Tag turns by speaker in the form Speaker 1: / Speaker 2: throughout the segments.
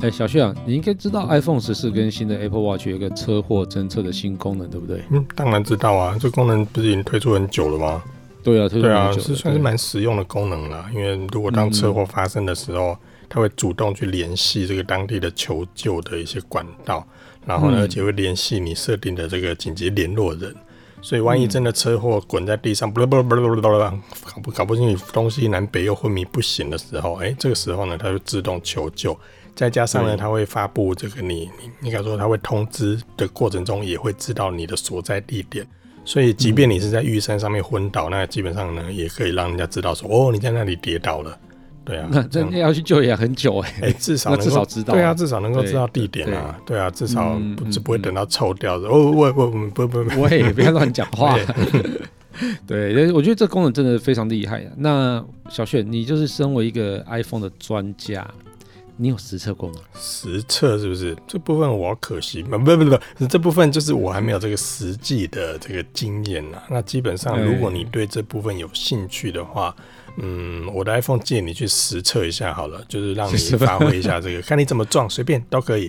Speaker 1: 哎，小旭啊，你应该知道 iPhone 十四跟新的 Apple Watch 有一个车祸侦测的新功能，对不对？
Speaker 2: 嗯，当然知道啊，这功能不是已经推出很久了吗？
Speaker 1: 对啊，推出
Speaker 2: 对啊，
Speaker 1: 很久
Speaker 2: 是
Speaker 1: 了
Speaker 2: 算是
Speaker 1: 对
Speaker 2: 蛮实用的功能啦。因为如果当车祸发生的时候，它会主动去联系这个当地的求救的一些管道，然后呢，
Speaker 1: 嗯
Speaker 2: 而且会联系你设定的这个紧急联络人。所以，万一真的车祸滚在地上，不不不不不搞不搞不清楚东西南北又昏迷不醒的时候，哎、这个时候呢，它就自动求救。再加上呢，
Speaker 1: 对
Speaker 2: 它会发布这个你你应该说它会通知的过程中，也会知道你的所在地点。所以，即便你是在玉山上面昏倒，那基本上呢，也可以让人家知道说，哦，你在那里跌倒了。对啊，
Speaker 1: 那
Speaker 2: 这
Speaker 1: 真
Speaker 2: 样
Speaker 1: 的要去救也很久哎、
Speaker 2: 哎，至少
Speaker 1: 那
Speaker 2: 能
Speaker 1: 至
Speaker 2: 够
Speaker 1: 少知道
Speaker 2: 对啊，
Speaker 1: 啊
Speaker 2: 至少能够
Speaker 1: 对
Speaker 2: 知道地点啊，对啊，至少
Speaker 1: 嗯
Speaker 2: 不
Speaker 1: 嗯
Speaker 2: 只不会
Speaker 1: 嗯
Speaker 2: 等到臭掉。哦，我我我不不不，
Speaker 1: 喂，不要乱讲话
Speaker 2: 对。
Speaker 1: 对，我觉得这功能真的非常厉害啊。那小雪，你就是身为一个 iPhone 的专家，你有实测过吗？
Speaker 2: 实测是不是？这部分我可惜，不不不不，这部分就是我还没有这个实际的这个经验呐、那基本上，
Speaker 1: 哎
Speaker 2: 如果你对这部分有兴趣的话，嗯，我的 iPhone 借你去实测一下好了，就是让你
Speaker 1: 是吧
Speaker 2: 发挥一下这个，看你怎么撞，随便都可以。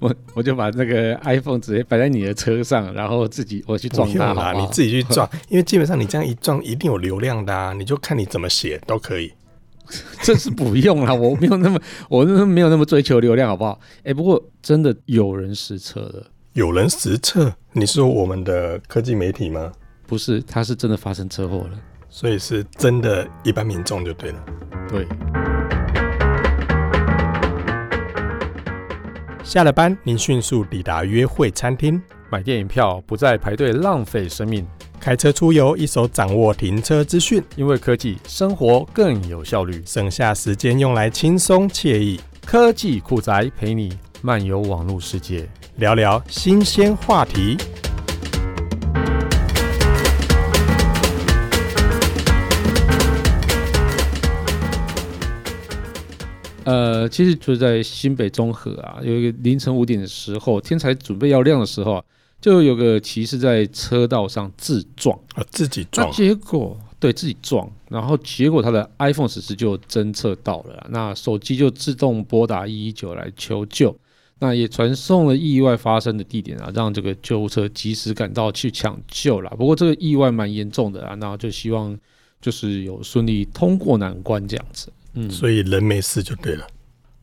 Speaker 1: 我我就把那个 iPhone 直接摆在你的车上，然后自己我去
Speaker 2: 不
Speaker 1: 撞
Speaker 2: 用
Speaker 1: 它，
Speaker 2: 啦，
Speaker 1: 好不
Speaker 2: 你
Speaker 1: 好？
Speaker 2: 自己去撞，因为基本上你这样一撞，一定有流量的啊，你就看你怎么写都可以。
Speaker 1: 这是不用啦，我没有那么，我那没有那么追求流量，好不好？哎，不过真的有人实测了，
Speaker 2: 有人实测，你是说我们的科技媒体吗？
Speaker 1: 不是，他是真的发生车祸了。
Speaker 2: 所以是真的，一般民众就对了。
Speaker 1: 对，
Speaker 2: 下了班，您迅速抵达约会餐厅，
Speaker 3: 买电影票不再排队浪费生命，
Speaker 2: 开车出游，一手掌握停车资讯，
Speaker 3: 因为科技生活更有效率。
Speaker 2: 省下时间用来轻松惬意，
Speaker 3: 科技酷宅陪你漫游网络世界。
Speaker 2: 聊聊新鲜话题。
Speaker 1: 呃，其实就在新北中和啊，有一个凌晨五点的时候，天才准备要亮的时候啊，就有个骑士在车道上自撞。
Speaker 2: 啊，自己撞
Speaker 1: 那，结果对自己撞，然后结果他的 iPhone 十四就侦测到了啦，啊那手机就自动拨打一一九来求救，那也传送了意外发生的地点啊，让这个救护车及时赶到去抢救啦。不过这个意外蛮严重的啊，那就希望就是有顺利通过难关这样子。嗯，
Speaker 2: 所以人没事就对了。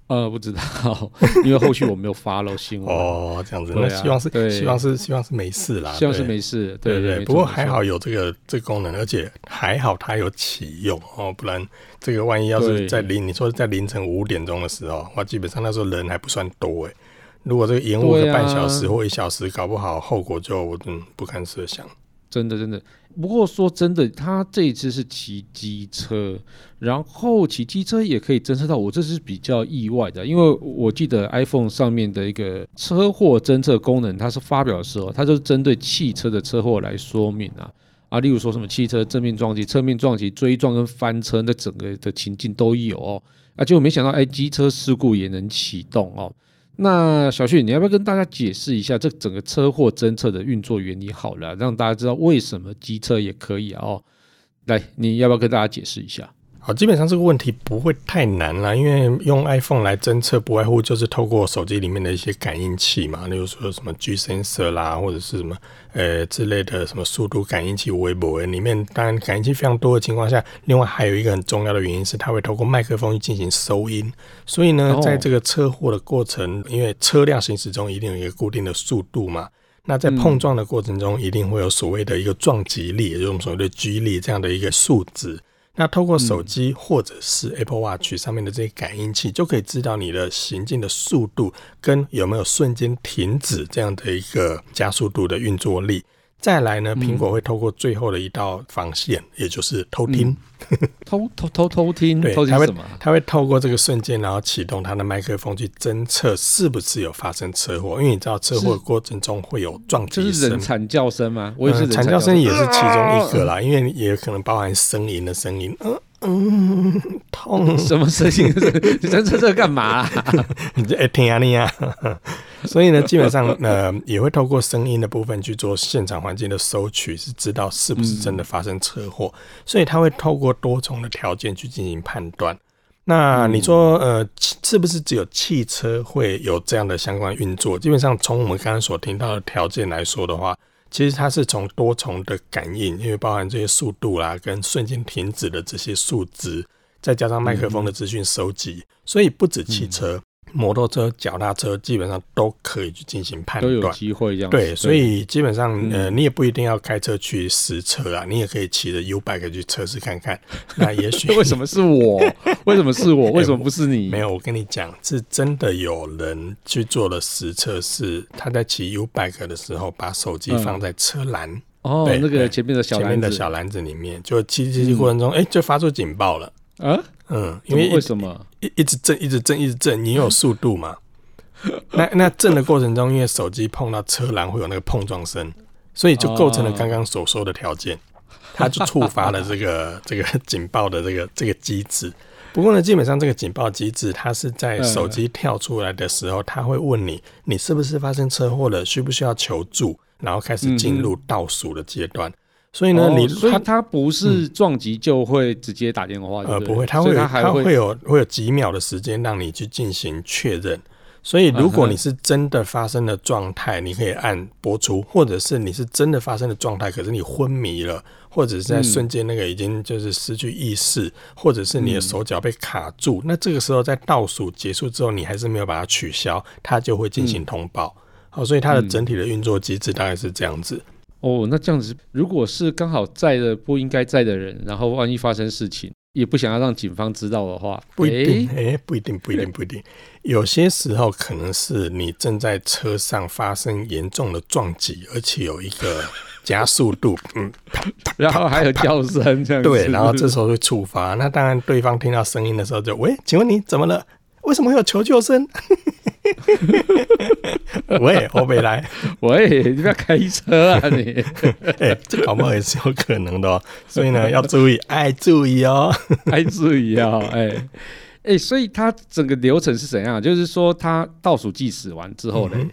Speaker 1: 呃，不知道， 因为后续我没有 follow 新闻，
Speaker 2: 哦，这样子，
Speaker 1: 嗯对
Speaker 2: 那
Speaker 1: 啊
Speaker 2: 希望是
Speaker 1: 对
Speaker 2: 希望是希望是没事啦，
Speaker 1: 希望是
Speaker 2: 对
Speaker 1: 没事。
Speaker 2: 对
Speaker 1: 对
Speaker 2: 对，不过
Speaker 1: 没错
Speaker 2: 还，
Speaker 1: 没错
Speaker 2: 好有这个这功能，而且还好它有启用哦，不然这个万一要是
Speaker 1: 对
Speaker 2: 在凌你说在凌晨五点钟的时候，哇，基本上那时候人还不算多哎，如果这个延误
Speaker 1: 对
Speaker 2: 个
Speaker 1: 啊
Speaker 2: 半小时或一小时，搞不好后果就嗯不堪设想。
Speaker 1: 真的真的。不过说真的，他这一次是骑机车，然后骑机车也可以侦测到我，这是比较意外的，因为我记得 iPhone 上面的一个车祸侦测功能，它是发表的时候，它就是针对汽车的车祸来说明啊啊，例如说什么汽车正面撞击、侧面撞击、追撞跟翻车，那整个的情境都有哦。啊，结果没想到，哎，机车事故也能启动哦。那小旭，你要不要跟大家解释一下这整个车祸侦测的运作原理？好了啊，让大家知道为什么机车也可以啊哦。来，你要不要跟大家解释一下？
Speaker 2: 好，基本上这个问题不会太难啦，因为用 iPhone 来侦测，不外乎就是透过手机里面的一些感应器嘛，例如说什么 G sensor 啦，或者是什么呃之类的什么速度感应器、微博里面，当然感应器非常多的情况下，另外还有一个很重要的原因是，它会透过麦克风去进行收音。所以呢
Speaker 1: 哦，
Speaker 2: 在这个车祸的过程，因为车辆行驶中一定有一个固定的速度嘛，那在
Speaker 1: 嗯
Speaker 2: 碰撞的过程中，一定会有所谓的一个撞击力，也就是我们所谓的 G 力这样的一个数值。那透过手机
Speaker 1: 嗯
Speaker 2: 或者是 Apple Watch 上面的这些感应器，就可以知道你的行进的速度跟有没有瞬间停止这样的一个加速度的运作力。再来
Speaker 1: 嗯
Speaker 2: 呢，苹果会透过最后的一道防线，也就是偷听，
Speaker 1: 嗯偷偷偷偷听，
Speaker 2: 对
Speaker 1: 偷听
Speaker 2: 他会
Speaker 1: 什么啊？
Speaker 2: 它会透过这个瞬间，然后启动它的麦克风去侦测是不是有发生车祸，因为你知道车祸的过程中会有撞
Speaker 1: 这
Speaker 2: 击
Speaker 1: 是
Speaker 2: 声
Speaker 1: 人。惨叫声吗？我也是
Speaker 2: 呃
Speaker 1: 人
Speaker 2: 惨
Speaker 1: 叫
Speaker 2: 叫声也是其中一个啦，因为也有可能包含呻吟的声音，嗯嗯，痛，
Speaker 1: 什么声音？ 你在这这干嘛啊？
Speaker 2: 哎听啊你啊，所以呢，基本上呃也会透过声音的部分去做现场环境的收取，是知道是不是真的发生车祸，所以它会透过多重的条件去进行判断。那
Speaker 1: 嗯
Speaker 2: 你说，呃，汽是不是只有汽车会有这样的相关运作？基本上，从我们刚刚所听到的条件来说的话，其实它是从多重的感应，因为包含这些速度啦，跟瞬间停止的这些数值，再加上麦克风的资讯收集，所以不止汽车、摩托车、脚踏车，基本上都可以去进行判
Speaker 1: 都有
Speaker 2: 断。
Speaker 1: 机会这样子。
Speaker 2: 对，所以基本上，呃，
Speaker 1: 嗯
Speaker 2: 你也不一定要开车去实测啊，你也可以骑着 U bike 去测试 看看。那也许
Speaker 1: 为什么是 我？为什么是我？为什么不是你？
Speaker 2: 没有，我跟你讲，是真的有人去做了实测试，他在骑 U bike 的时候，把手机
Speaker 1: 嗯
Speaker 2: 放在车篮、
Speaker 1: 哦
Speaker 2: 对，
Speaker 1: 那个
Speaker 2: 对
Speaker 1: 前面的小
Speaker 2: 前面
Speaker 1: 篮
Speaker 2: 的
Speaker 1: 子
Speaker 2: 小篮子里面，就骑骑骑过程中，哎、就发出警报了。
Speaker 1: 啊，
Speaker 2: 嗯，因
Speaker 1: 因
Speaker 2: 为
Speaker 1: 为
Speaker 2: 一
Speaker 1: 为什么？
Speaker 2: 一一直震，一直震，一直震，你有速度嘛？
Speaker 1: 嗯
Speaker 2: 那那震的过程中，因为手机碰到车篮会有那个碰撞声，所以就构成了
Speaker 1: 哦
Speaker 2: 刚刚所说的条件，它就触发了这个 这个警报的这个这个机制。不过呢，基本上这个警报机制，它是在
Speaker 1: 嗯
Speaker 2: 手机跳出来的时候，它会问你你是不是发生车祸了，需不需要求助，然后开始进入倒数的阶段。所以呢，
Speaker 1: 嗯哦
Speaker 2: 你
Speaker 1: 所
Speaker 2: 它
Speaker 1: 以他不是撞击就会直接打电话，对
Speaker 2: 呃，
Speaker 1: 对
Speaker 2: 不会，它
Speaker 1: 所
Speaker 2: 会
Speaker 1: 以
Speaker 2: 有
Speaker 1: 他还
Speaker 2: 它会有会有几秒的时间让你去进行确认。所以，如
Speaker 1: 嗯
Speaker 2: 果
Speaker 1: 哼
Speaker 2: 你是真的发生了状态，你可以按播出；或者是你是真的发生了状态，可是你昏迷了，或者是在
Speaker 1: 嗯
Speaker 2: 瞬间那个已经就是失去意识，或者是你的
Speaker 1: 嗯
Speaker 2: 手脚被卡住，那这个时候在倒数结束之后，你还是没有把它取消，它就会进行通报。好，所以它的
Speaker 1: 嗯
Speaker 2: 整体的运作机制大概是这样子。
Speaker 1: 哦，那这样子，如果是刚好在的不应该在的人，然后万一发生事情，也不想要让警方知道的话，
Speaker 2: 不一定，
Speaker 1: 诶
Speaker 2: 哎、不一定，不一定，不一定。有些时候可能是你正在车上发生严重的撞击，而且有一个加速度，嗯，
Speaker 1: 然后还有叫声这样子，
Speaker 2: 对，然后这时候会触发。那当然，对方听到声音的时候就，喂，请问你怎么了？为什么会有求救声？ 喂，我北来，
Speaker 1: 喂，你不要开车啊你！
Speaker 2: 哎、这搞不好也是有可能的哦。所以呢，要注意，哎，注意哦。
Speaker 1: 还注意 啊，哎、哎，所以它整个流程是怎样？就是说，它倒数计时完之后呢，
Speaker 2: 嗯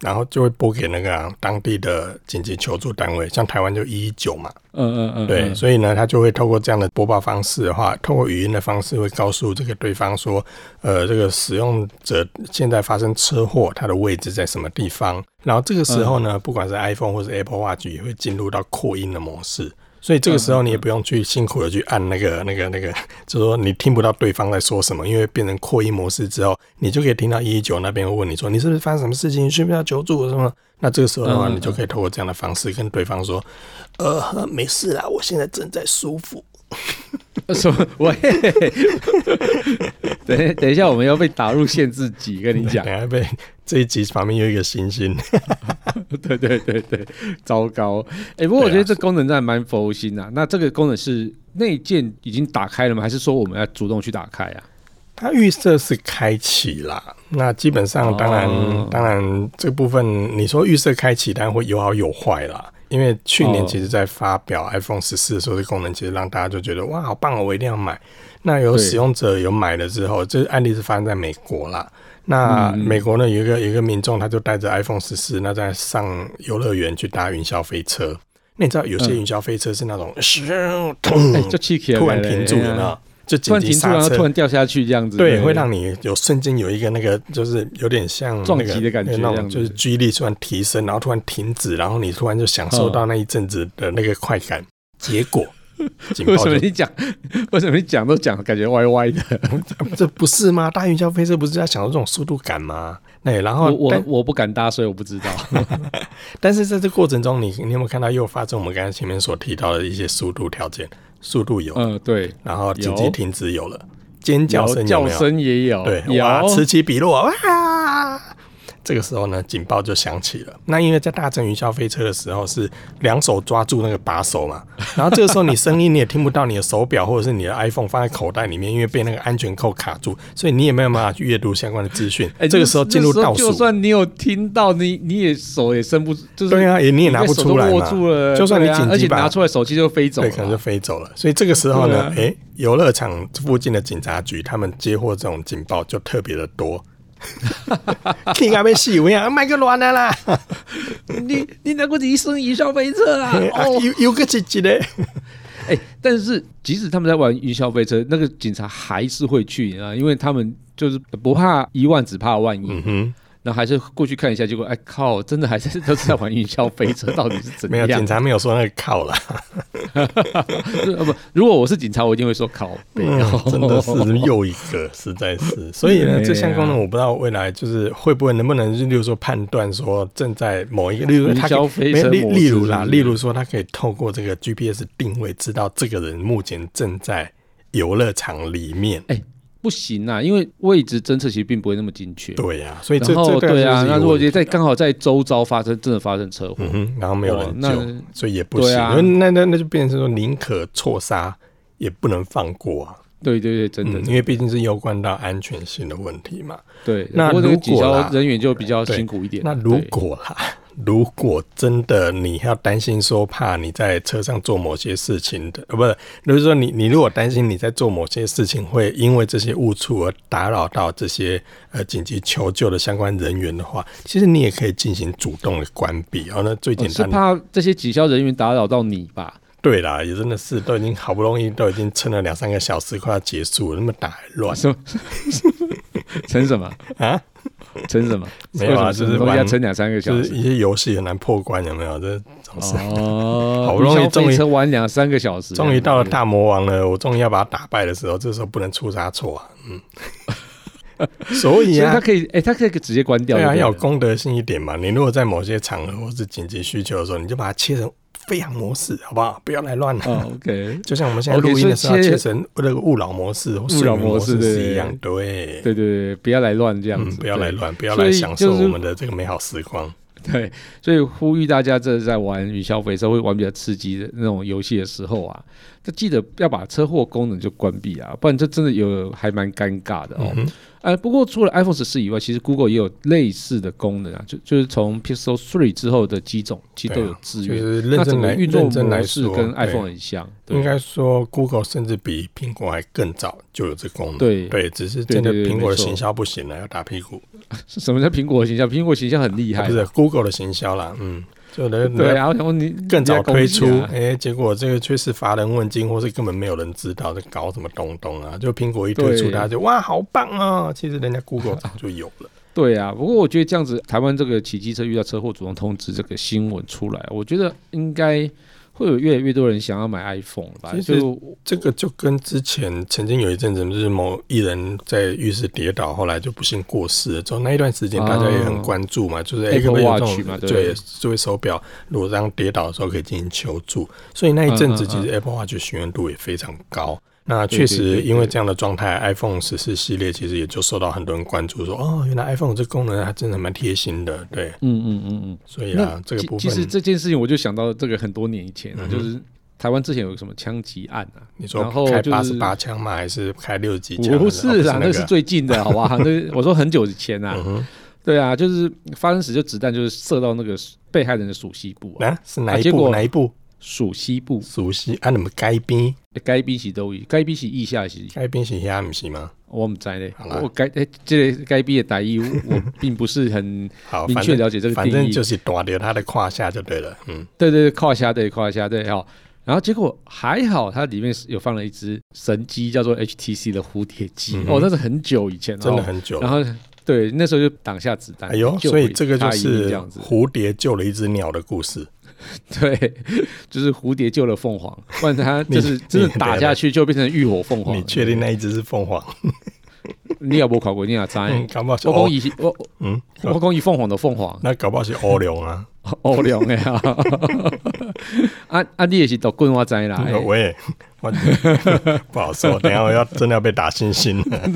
Speaker 2: 然后就会拨给那个啊、当地的紧急求助单位，像台湾就一一九嘛，
Speaker 1: 嗯嗯嗯，
Speaker 2: 对，
Speaker 1: 嗯
Speaker 2: 所以呢，他就会透过这样的播报方式的话，透过语音的方式，会告诉这个对方说，呃，这个使用者现在发生车祸，他的位置在什么地方。然后这个时候
Speaker 1: 嗯
Speaker 2: 呢，不管是 iPhone 或是 Apple Watch 也会进入到扩音的模式。所以这个时候
Speaker 1: 嗯
Speaker 2: 你也不用去辛苦的去按那个、那个、那个， 就说你听不到对方在说什么，因为变成扩音模式之后，你就可以听到一一九那边会问你说你是不是发生什么事情，需不需要求助什么？那这个时候的话，
Speaker 1: 嗯嗯
Speaker 2: 你就可以透过这样的方式跟对方说，呃，没事啦，我现在正在舒服。
Speaker 1: 什么？ 喂，等一下等一下，我们要被打入限制级，跟你讲。
Speaker 2: 等下哎被这一集旁边有一个星星，
Speaker 1: 对 对对对，糟糕！哎、不过我觉得这功能真的蛮佛心啊。那这个功能是内建已经打开了吗？还是说我们要主动去打开啊？
Speaker 2: 它预设是开启啦。那基本上，当然，
Speaker 1: 哦
Speaker 2: 当然这部分你说预设开启，当然会有好有坏啦。因为去年
Speaker 1: 哦
Speaker 2: 其实在发表 iPhone 十四的时候，这功能其实让大家就觉得哇，好棒哦，我一定要买。那有
Speaker 1: 对
Speaker 2: 使用者有买了之后，这案例是发生在美国啦。那
Speaker 1: 嗯
Speaker 2: 美国呢，有一个有一个民众，他就带着 iPhone 十四，那在上游乐园去搭云霄飞车。那你知道有些
Speaker 1: 嗯
Speaker 2: 云霄飞车是那种，
Speaker 1: 哎、就气起来
Speaker 2: 嗯突然停住，有
Speaker 1: 了
Speaker 2: 没
Speaker 1: 呢，
Speaker 2: 有？就
Speaker 1: 突
Speaker 2: 紧
Speaker 1: 然
Speaker 2: 急
Speaker 1: 停住，
Speaker 2: 刹
Speaker 1: 然后
Speaker 2: 车
Speaker 1: 突，然掉下去这样子，
Speaker 2: 对，会让你有瞬间有一个那个，就是有点像
Speaker 1: 撞
Speaker 2: 那个
Speaker 1: 击的感觉
Speaker 2: 那
Speaker 1: 这
Speaker 2: 种
Speaker 1: 样子
Speaker 2: 就是注意力突然提升，然后突然停止，然后你突然就享受到那一阵子的那个快 感。结果警
Speaker 1: 为
Speaker 2: 报
Speaker 1: 什么
Speaker 2: 就
Speaker 1: 你讲？ 为什么你讲都讲感觉歪歪的？
Speaker 2: 这不是吗？大云霄飞车不是要享受这种速度感吗？对，然后
Speaker 1: 我我
Speaker 2: 哦但
Speaker 1: 我不敢搭，所以我不知 道。
Speaker 2: 但是在这过程中，你你有没有看到又发生我们刚才前面所提到的一些速度条件？速度有，
Speaker 1: 嗯，对，
Speaker 2: 然后紧急
Speaker 1: 有
Speaker 2: 停止有了，尖叫
Speaker 1: 有
Speaker 2: 声有
Speaker 1: 叫
Speaker 2: 没有？
Speaker 1: 声也有，
Speaker 2: 对，
Speaker 1: 哦有
Speaker 2: 哇，此起彼落，哇！这个时候呢，警报就响起了。那因为在大乘云霄飞车的时候是两手抓住那个把手嘛，然后这个时候你声音你也听不到，你的手表或者是你的 iPhone 放在口袋里面，因为被那个安全扣卡住，所以你也没有办法去阅读相关的资讯。
Speaker 1: 哎，
Speaker 2: 这个
Speaker 1: 那
Speaker 2: 时候进入
Speaker 1: 那时候
Speaker 2: 倒数
Speaker 1: 就，算你有听到，你你也手也伸不，就是
Speaker 2: 对啊，也你也拿
Speaker 1: 你
Speaker 2: 不
Speaker 1: 手都
Speaker 2: 出来
Speaker 1: 握
Speaker 2: 嘛。
Speaker 1: 住了，
Speaker 2: 就算你
Speaker 1: 对啊
Speaker 2: 紧急
Speaker 1: 而且
Speaker 2: 把
Speaker 1: 拿出来手机就飞走
Speaker 2: 对，可能就
Speaker 1: 了。
Speaker 2: 飞走了。所以这个时候
Speaker 1: 对啊
Speaker 2: 呢，诶，游乐场附近的警察局，他们接获这种警报就特别的 多。King 阿被戏，我呀，卖个卵的啊啦，
Speaker 1: 你你拿过你一生一笑飞车啊？
Speaker 2: 啊
Speaker 1: 哦，
Speaker 2: 有有个姐姐嘞，
Speaker 1: 哎、但是即使他们在玩云霄飞车，那个警察还是会去啊，因为他们就是不怕一万，只怕万一。
Speaker 2: 嗯哼，
Speaker 1: 然后还是过去看一下，结果哎靠，真的还是都是在玩云霄飞车，到底是怎
Speaker 2: 没有警
Speaker 1: 样？
Speaker 2: 察没有说那个靠啦，
Speaker 1: 呃不，如果我是警察，我一定会说靠背
Speaker 2: 嗯
Speaker 1: 哦、
Speaker 2: 真的是又一个，实在 是。所以
Speaker 1: 对
Speaker 2: 呢，
Speaker 1: 啊
Speaker 2: 这项功能我不知道未来就是会不会能不能，例如说判断说正在某一个，例如说
Speaker 1: 嗯云
Speaker 2: 他
Speaker 1: 霄飞
Speaker 2: 没有
Speaker 1: 车
Speaker 2: 例
Speaker 1: 模式
Speaker 2: 例如啦，
Speaker 1: 是不是
Speaker 2: 例如说，他可以透过这个 GPS 定位，知道这个人目前正在游乐场里面。
Speaker 1: 不行啊，因为位置侦测其实并不会那么精确。
Speaker 2: 对呀、所以欸
Speaker 1: 嗯
Speaker 2: 这
Speaker 1: 然后
Speaker 2: 这个
Speaker 1: 对啊，
Speaker 2: 就是一个
Speaker 1: 那如果
Speaker 2: 问题
Speaker 1: 觉得在刚好在周遭发生真的发生车祸，
Speaker 2: 嗯哼，然后没有
Speaker 1: 哦
Speaker 2: 人救，
Speaker 1: 那
Speaker 2: 所以也不行。
Speaker 1: 对啊
Speaker 2: 因为那那那就变成说，宁可错杀，也不能放过啊。
Speaker 1: 对对对，真的、
Speaker 2: 嗯，因为毕竟是攸关到安全性的问题嘛。
Speaker 1: 对。
Speaker 2: 那
Speaker 1: 不过这
Speaker 2: 如
Speaker 1: 个
Speaker 2: 果
Speaker 1: 警消
Speaker 2: 啦
Speaker 1: 人员就比较
Speaker 2: 对
Speaker 1: 辛苦一点。
Speaker 2: 那如
Speaker 1: 对
Speaker 2: 果啦， 如果真的你要担心说怕你在车上做某些事情的，呃，不是，就是说你你如果担心你在做某些事情会因为这些误触而打扰到这些呃紧急求救的相关人员的话，其实你也可以进行主动的关闭。哦，那最
Speaker 1: 哦
Speaker 2: 简
Speaker 1: 是
Speaker 2: 单的，
Speaker 1: 怕这些警消人员打扰到你吧？
Speaker 2: 对啦，也真的是都已经好不容易都已经撑了两三个小时快要结束了，那么打还乱
Speaker 1: 什么？ 成什么？
Speaker 2: 啊？
Speaker 1: 成什么？
Speaker 2: 没有啊
Speaker 1: 为什么
Speaker 2: 就是
Speaker 1: 什么东西要
Speaker 2: 玩
Speaker 1: 撑两三个小
Speaker 2: 就
Speaker 1: 时
Speaker 2: 是。一些游戏很难破关，有没有？这总是。
Speaker 1: 哦，
Speaker 2: 好不容易
Speaker 1: 云霄
Speaker 2: 终于
Speaker 1: 飞车玩两三个小时，
Speaker 2: 终于到了大魔王了，我终于要把他打败的时候，这时候不能出啥错啊， 嗯，所
Speaker 1: 所
Speaker 2: 以
Speaker 1: 以
Speaker 2: 啊
Speaker 1: 他，可以，哎，他可以直接关掉
Speaker 2: 对
Speaker 1: 就了，
Speaker 2: 啊，要有公德心一点嘛。你如果在某些场合或是紧急需求的时候，你就把它切成飞扬模式，好不好？不要来乱了。
Speaker 1: 哦，OK，
Speaker 2: 就像我们现在
Speaker 1: OK，
Speaker 2: 录音的时候
Speaker 1: 所以切
Speaker 2: 切成那个勿扰模式或
Speaker 1: 勿扰模式
Speaker 2: 睡眠
Speaker 1: 对
Speaker 2: 是一样，对，
Speaker 1: 对对对，不要来乱这样
Speaker 2: 嗯，
Speaker 1: 子，
Speaker 2: 不要来乱，不要
Speaker 1: 所
Speaker 2: 来
Speaker 1: 以
Speaker 2: 享
Speaker 1: 就
Speaker 2: 受
Speaker 1: 是
Speaker 2: 我们的这个美好时光。
Speaker 1: 对。 对，所以呼吁大家，这在玩与消费社会玩比较刺激的那种游戏的时候啊，就记得要把车祸功能就关闭啊，不然这真的有还蛮尴尬的哦。
Speaker 2: 嗯哼，
Speaker 1: 呃，不过除了 iPhone 十四以外，其实 Google 也有类似的功能啊，就就是从 Pixel Three 之后的几种，其实都
Speaker 2: 对啊
Speaker 1: 有支
Speaker 2: 就
Speaker 1: 援。
Speaker 2: 是认
Speaker 1: 那整
Speaker 2: 真
Speaker 1: 个
Speaker 2: 来
Speaker 1: 运作
Speaker 2: 认真来
Speaker 1: 模式
Speaker 2: 说，
Speaker 1: 跟
Speaker 2: 对
Speaker 1: iPhone 很像，对
Speaker 2: 应该说，Google 甚至比苹果还更早就有这功能。
Speaker 1: 对
Speaker 2: 对，只是真的
Speaker 1: 对对对
Speaker 2: 苹果的
Speaker 1: 没错
Speaker 2: 行销不行了，要打屁股。
Speaker 1: 是什么叫苹果的形象？苹果形象很厉害，
Speaker 2: 啊不是 Google 的行销啦，嗯，就人
Speaker 1: 对啊，我想问你
Speaker 2: 更早推出
Speaker 1: 你在攻，击啊
Speaker 2: 哎、结果这个却是乏人问津，或是根本没有人知道在搞什么东东啊。就苹果一推出，
Speaker 1: 对
Speaker 2: 大家就哇，好棒啊！其实人家 Google 早就有了。
Speaker 1: 对啊。不过我觉得这样子，台湾这个骑机车遇到车祸主动通知这个新闻出来，我觉得应该会有越来越多人想要买 iPhone 吧。
Speaker 2: 其实
Speaker 1: 就
Speaker 2: 这个就跟之前曾经有一阵子，就是某艺人在浴室跌倒，后来就不幸过世了。之后那一段时间，
Speaker 1: 哦
Speaker 2: 大家也很关注嘛，就是
Speaker 1: 嗯 Apple
Speaker 2: 哎，会不会有这
Speaker 1: Watch 嘛
Speaker 2: 种
Speaker 1: 对
Speaker 2: 对智慧手表，如果这样跌倒的时候可以进行求助。所以那一阵子，
Speaker 1: 嗯嗯
Speaker 2: 其实 Apple Watch 询问度也非常高。那
Speaker 1: 对
Speaker 2: 确
Speaker 1: 对
Speaker 2: 实，
Speaker 1: 对
Speaker 2: 因
Speaker 1: 对
Speaker 2: 为这样的状态，iPhone 十四系列其实也就受到很多人关注，说哦，原来 iPhone 有这功能还真的蛮贴心的，对。
Speaker 1: 嗯嗯嗯嗯。
Speaker 2: 所以
Speaker 1: 那
Speaker 2: 啊，这个
Speaker 1: 其
Speaker 2: 部
Speaker 1: 其实
Speaker 2: 分，
Speaker 1: 这件事情，我就想到这个很多年以前啊，
Speaker 2: 嗯哼
Speaker 1: 就是台湾之前有个什么枪击案啊，
Speaker 2: 你
Speaker 1: 然后
Speaker 2: 说开
Speaker 1: 就是
Speaker 2: 八十八枪吗？还是开六十几枪？
Speaker 1: 不
Speaker 2: 哦
Speaker 1: 是啦，
Speaker 2: 那
Speaker 1: 那
Speaker 2: 个
Speaker 1: 是最近的，好不 好？那我说很久以前啊
Speaker 2: 嗯，哼，
Speaker 1: 对啊，就是发生时就子弹就是射到那个被害人的属膝部啊，
Speaker 2: 那是哪
Speaker 1: 啊
Speaker 2: 一
Speaker 1: 结
Speaker 2: 部？
Speaker 1: 果
Speaker 2: 哪一部？
Speaker 1: 属膝部，
Speaker 2: 熟悉啊，你们该边
Speaker 1: 该比起都有，该比起腋下是，
Speaker 2: 该边是遐毋是吗？
Speaker 1: 我唔知道嘞
Speaker 2: 好啦，
Speaker 1: 我该诶，这个该比的打义，我并不是很
Speaker 2: 好，
Speaker 1: 明
Speaker 2: 哦反
Speaker 1: 确
Speaker 2: 正
Speaker 1: 了解这个
Speaker 2: 反
Speaker 1: 定
Speaker 2: 正
Speaker 1: 义
Speaker 2: 就。是打掉他的胯下就对了。嗯，
Speaker 1: 对对对，胯下对胯下对好。然后结果还好，它里面是有放了一只神机，叫做 HTC 的蝴蝶机。
Speaker 2: 嗯哼
Speaker 1: 哦，那是很久以前，
Speaker 2: 真的
Speaker 1: 哦。
Speaker 2: 很久
Speaker 1: 然
Speaker 2: 了。
Speaker 1: 后对，那时候就挡下子弹。
Speaker 2: 哎呦，
Speaker 1: 救
Speaker 2: 所以
Speaker 1: 回
Speaker 2: 这个就
Speaker 1: 大一命
Speaker 2: 是
Speaker 1: 这 样子。
Speaker 2: 蝴蝶救了一只鸟的故事。
Speaker 1: 对，就是蝴蝶救了凤凰，不然它就
Speaker 2: 你
Speaker 1: 是真的打下去就变成浴火凤凰了。
Speaker 2: 你确定那一只是凤凰？
Speaker 1: 你也不考过，你也猜。
Speaker 2: 嗯，搞不好是
Speaker 1: 哎我
Speaker 2: 欧
Speaker 1: 讲，以我我
Speaker 2: 嗯，
Speaker 1: 我讲以凤凰的凤凰，
Speaker 2: 那搞不好是欧龙啊。
Speaker 1: 欧良的 啊。啊啊，你也是读棍我知啦。
Speaker 2: 嗯我也 我不好说，等一下我要真的要被打星星了。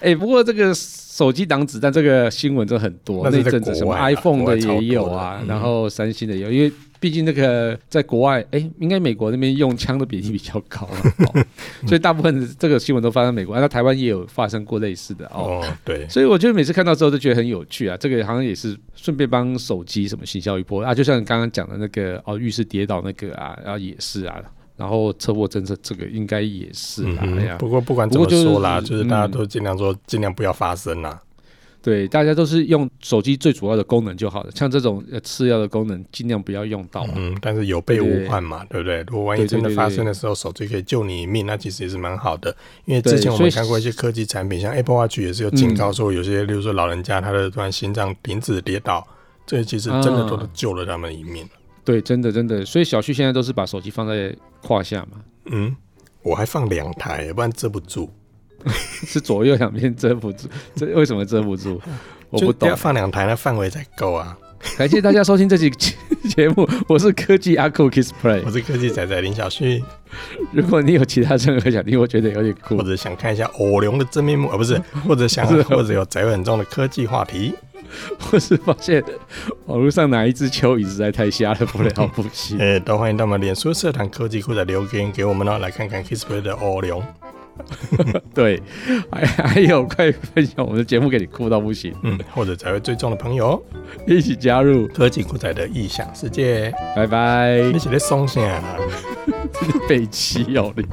Speaker 1: 哎、不过这个手机挡子弹这个新闻真的很多，
Speaker 2: 那
Speaker 1: 那
Speaker 2: 是
Speaker 1: 一
Speaker 2: 在
Speaker 1: 阵子
Speaker 2: 国
Speaker 1: 什么
Speaker 2: 外啊
Speaker 1: iPhone
Speaker 2: 国外
Speaker 1: 的
Speaker 2: 超
Speaker 1: 也有
Speaker 2: 多的
Speaker 1: 啊，
Speaker 2: 嗯
Speaker 1: 然后三星的也有，因为毕竟那个在国外，哎、应该美国那边用枪的比例比较高了、 哦所以大部分的这个新闻都发生美国，啊那台湾也有发生过类似的哦。
Speaker 2: 哦，对，
Speaker 1: 所以我觉得每次看到之后都觉得很有趣啊，这个好像也是顺便帮手机什么行销一波啊，就像刚刚讲的那个哦，浴室跌倒那个啊，然后也是啊，然后车祸侦测这个应该也是
Speaker 2: 嗯
Speaker 1: 啊，哎呀
Speaker 2: 哼。不过不管怎
Speaker 1: 不
Speaker 2: 么
Speaker 1: 过就是
Speaker 2: 说啦，就是大家
Speaker 1: 嗯
Speaker 2: 都尽量说，尽量不要发生啦。
Speaker 1: 对，大家都是用手机最主要的功能就好了，像这种呃次要的功能尽量不要用到嘛。
Speaker 2: 嗯，但是有备无患嘛，对不对？如果万一
Speaker 1: 哦对对
Speaker 2: 真的
Speaker 1: 对
Speaker 2: 发
Speaker 1: 对
Speaker 2: 生的时候，手机可以救你一命，那其实也是蛮好的。因为
Speaker 1: 对
Speaker 2: 之前我
Speaker 1: 所
Speaker 2: 们
Speaker 1: 以
Speaker 2: 看过一些科技产品，像 Apple Watch 也是有警告说，有些，例如说老人家他的突然心脏停止跌倒，这其实真的都
Speaker 1: 啊
Speaker 2: 救了他们一命。
Speaker 1: 对，真的真的，所以小旭现在都是把手机放在胯下嘛，
Speaker 2: 嗯，我还放两台，不然遮不住。
Speaker 1: 是左右两边遮不住， 这为什么遮不住？我
Speaker 2: 就
Speaker 1: 不懂
Speaker 2: 要。放两台，那范围才够啊。
Speaker 1: 感谢大家收听这期节目，我是科技阿酷 Kiss Play
Speaker 2: 我。是科技仔仔林小旭，
Speaker 1: 如果你有其他任何想听，我觉得有点酷
Speaker 2: 或，者想看一下偶龙的真面目，啊，不是，或 者想
Speaker 1: 是
Speaker 2: 或者有宅味很重的科技话题，
Speaker 1: 或是发现网络上哪一只蚯蚓实在太瞎了，不了不 起。
Speaker 2: 呃，都欢迎到我们脸书社团科技库的留言给我们哦，来看看 Kissplay 的偶龙。
Speaker 1: 对，还 还有快分享我们的节目给你酷到不行，
Speaker 2: 嗯，或者才会追踪的朋友哦，
Speaker 1: 一起加入，
Speaker 2: 科技酷仔的异想世界，
Speaker 1: 拜拜
Speaker 2: 你。是在松啥啊？
Speaker 1: 北齐有力。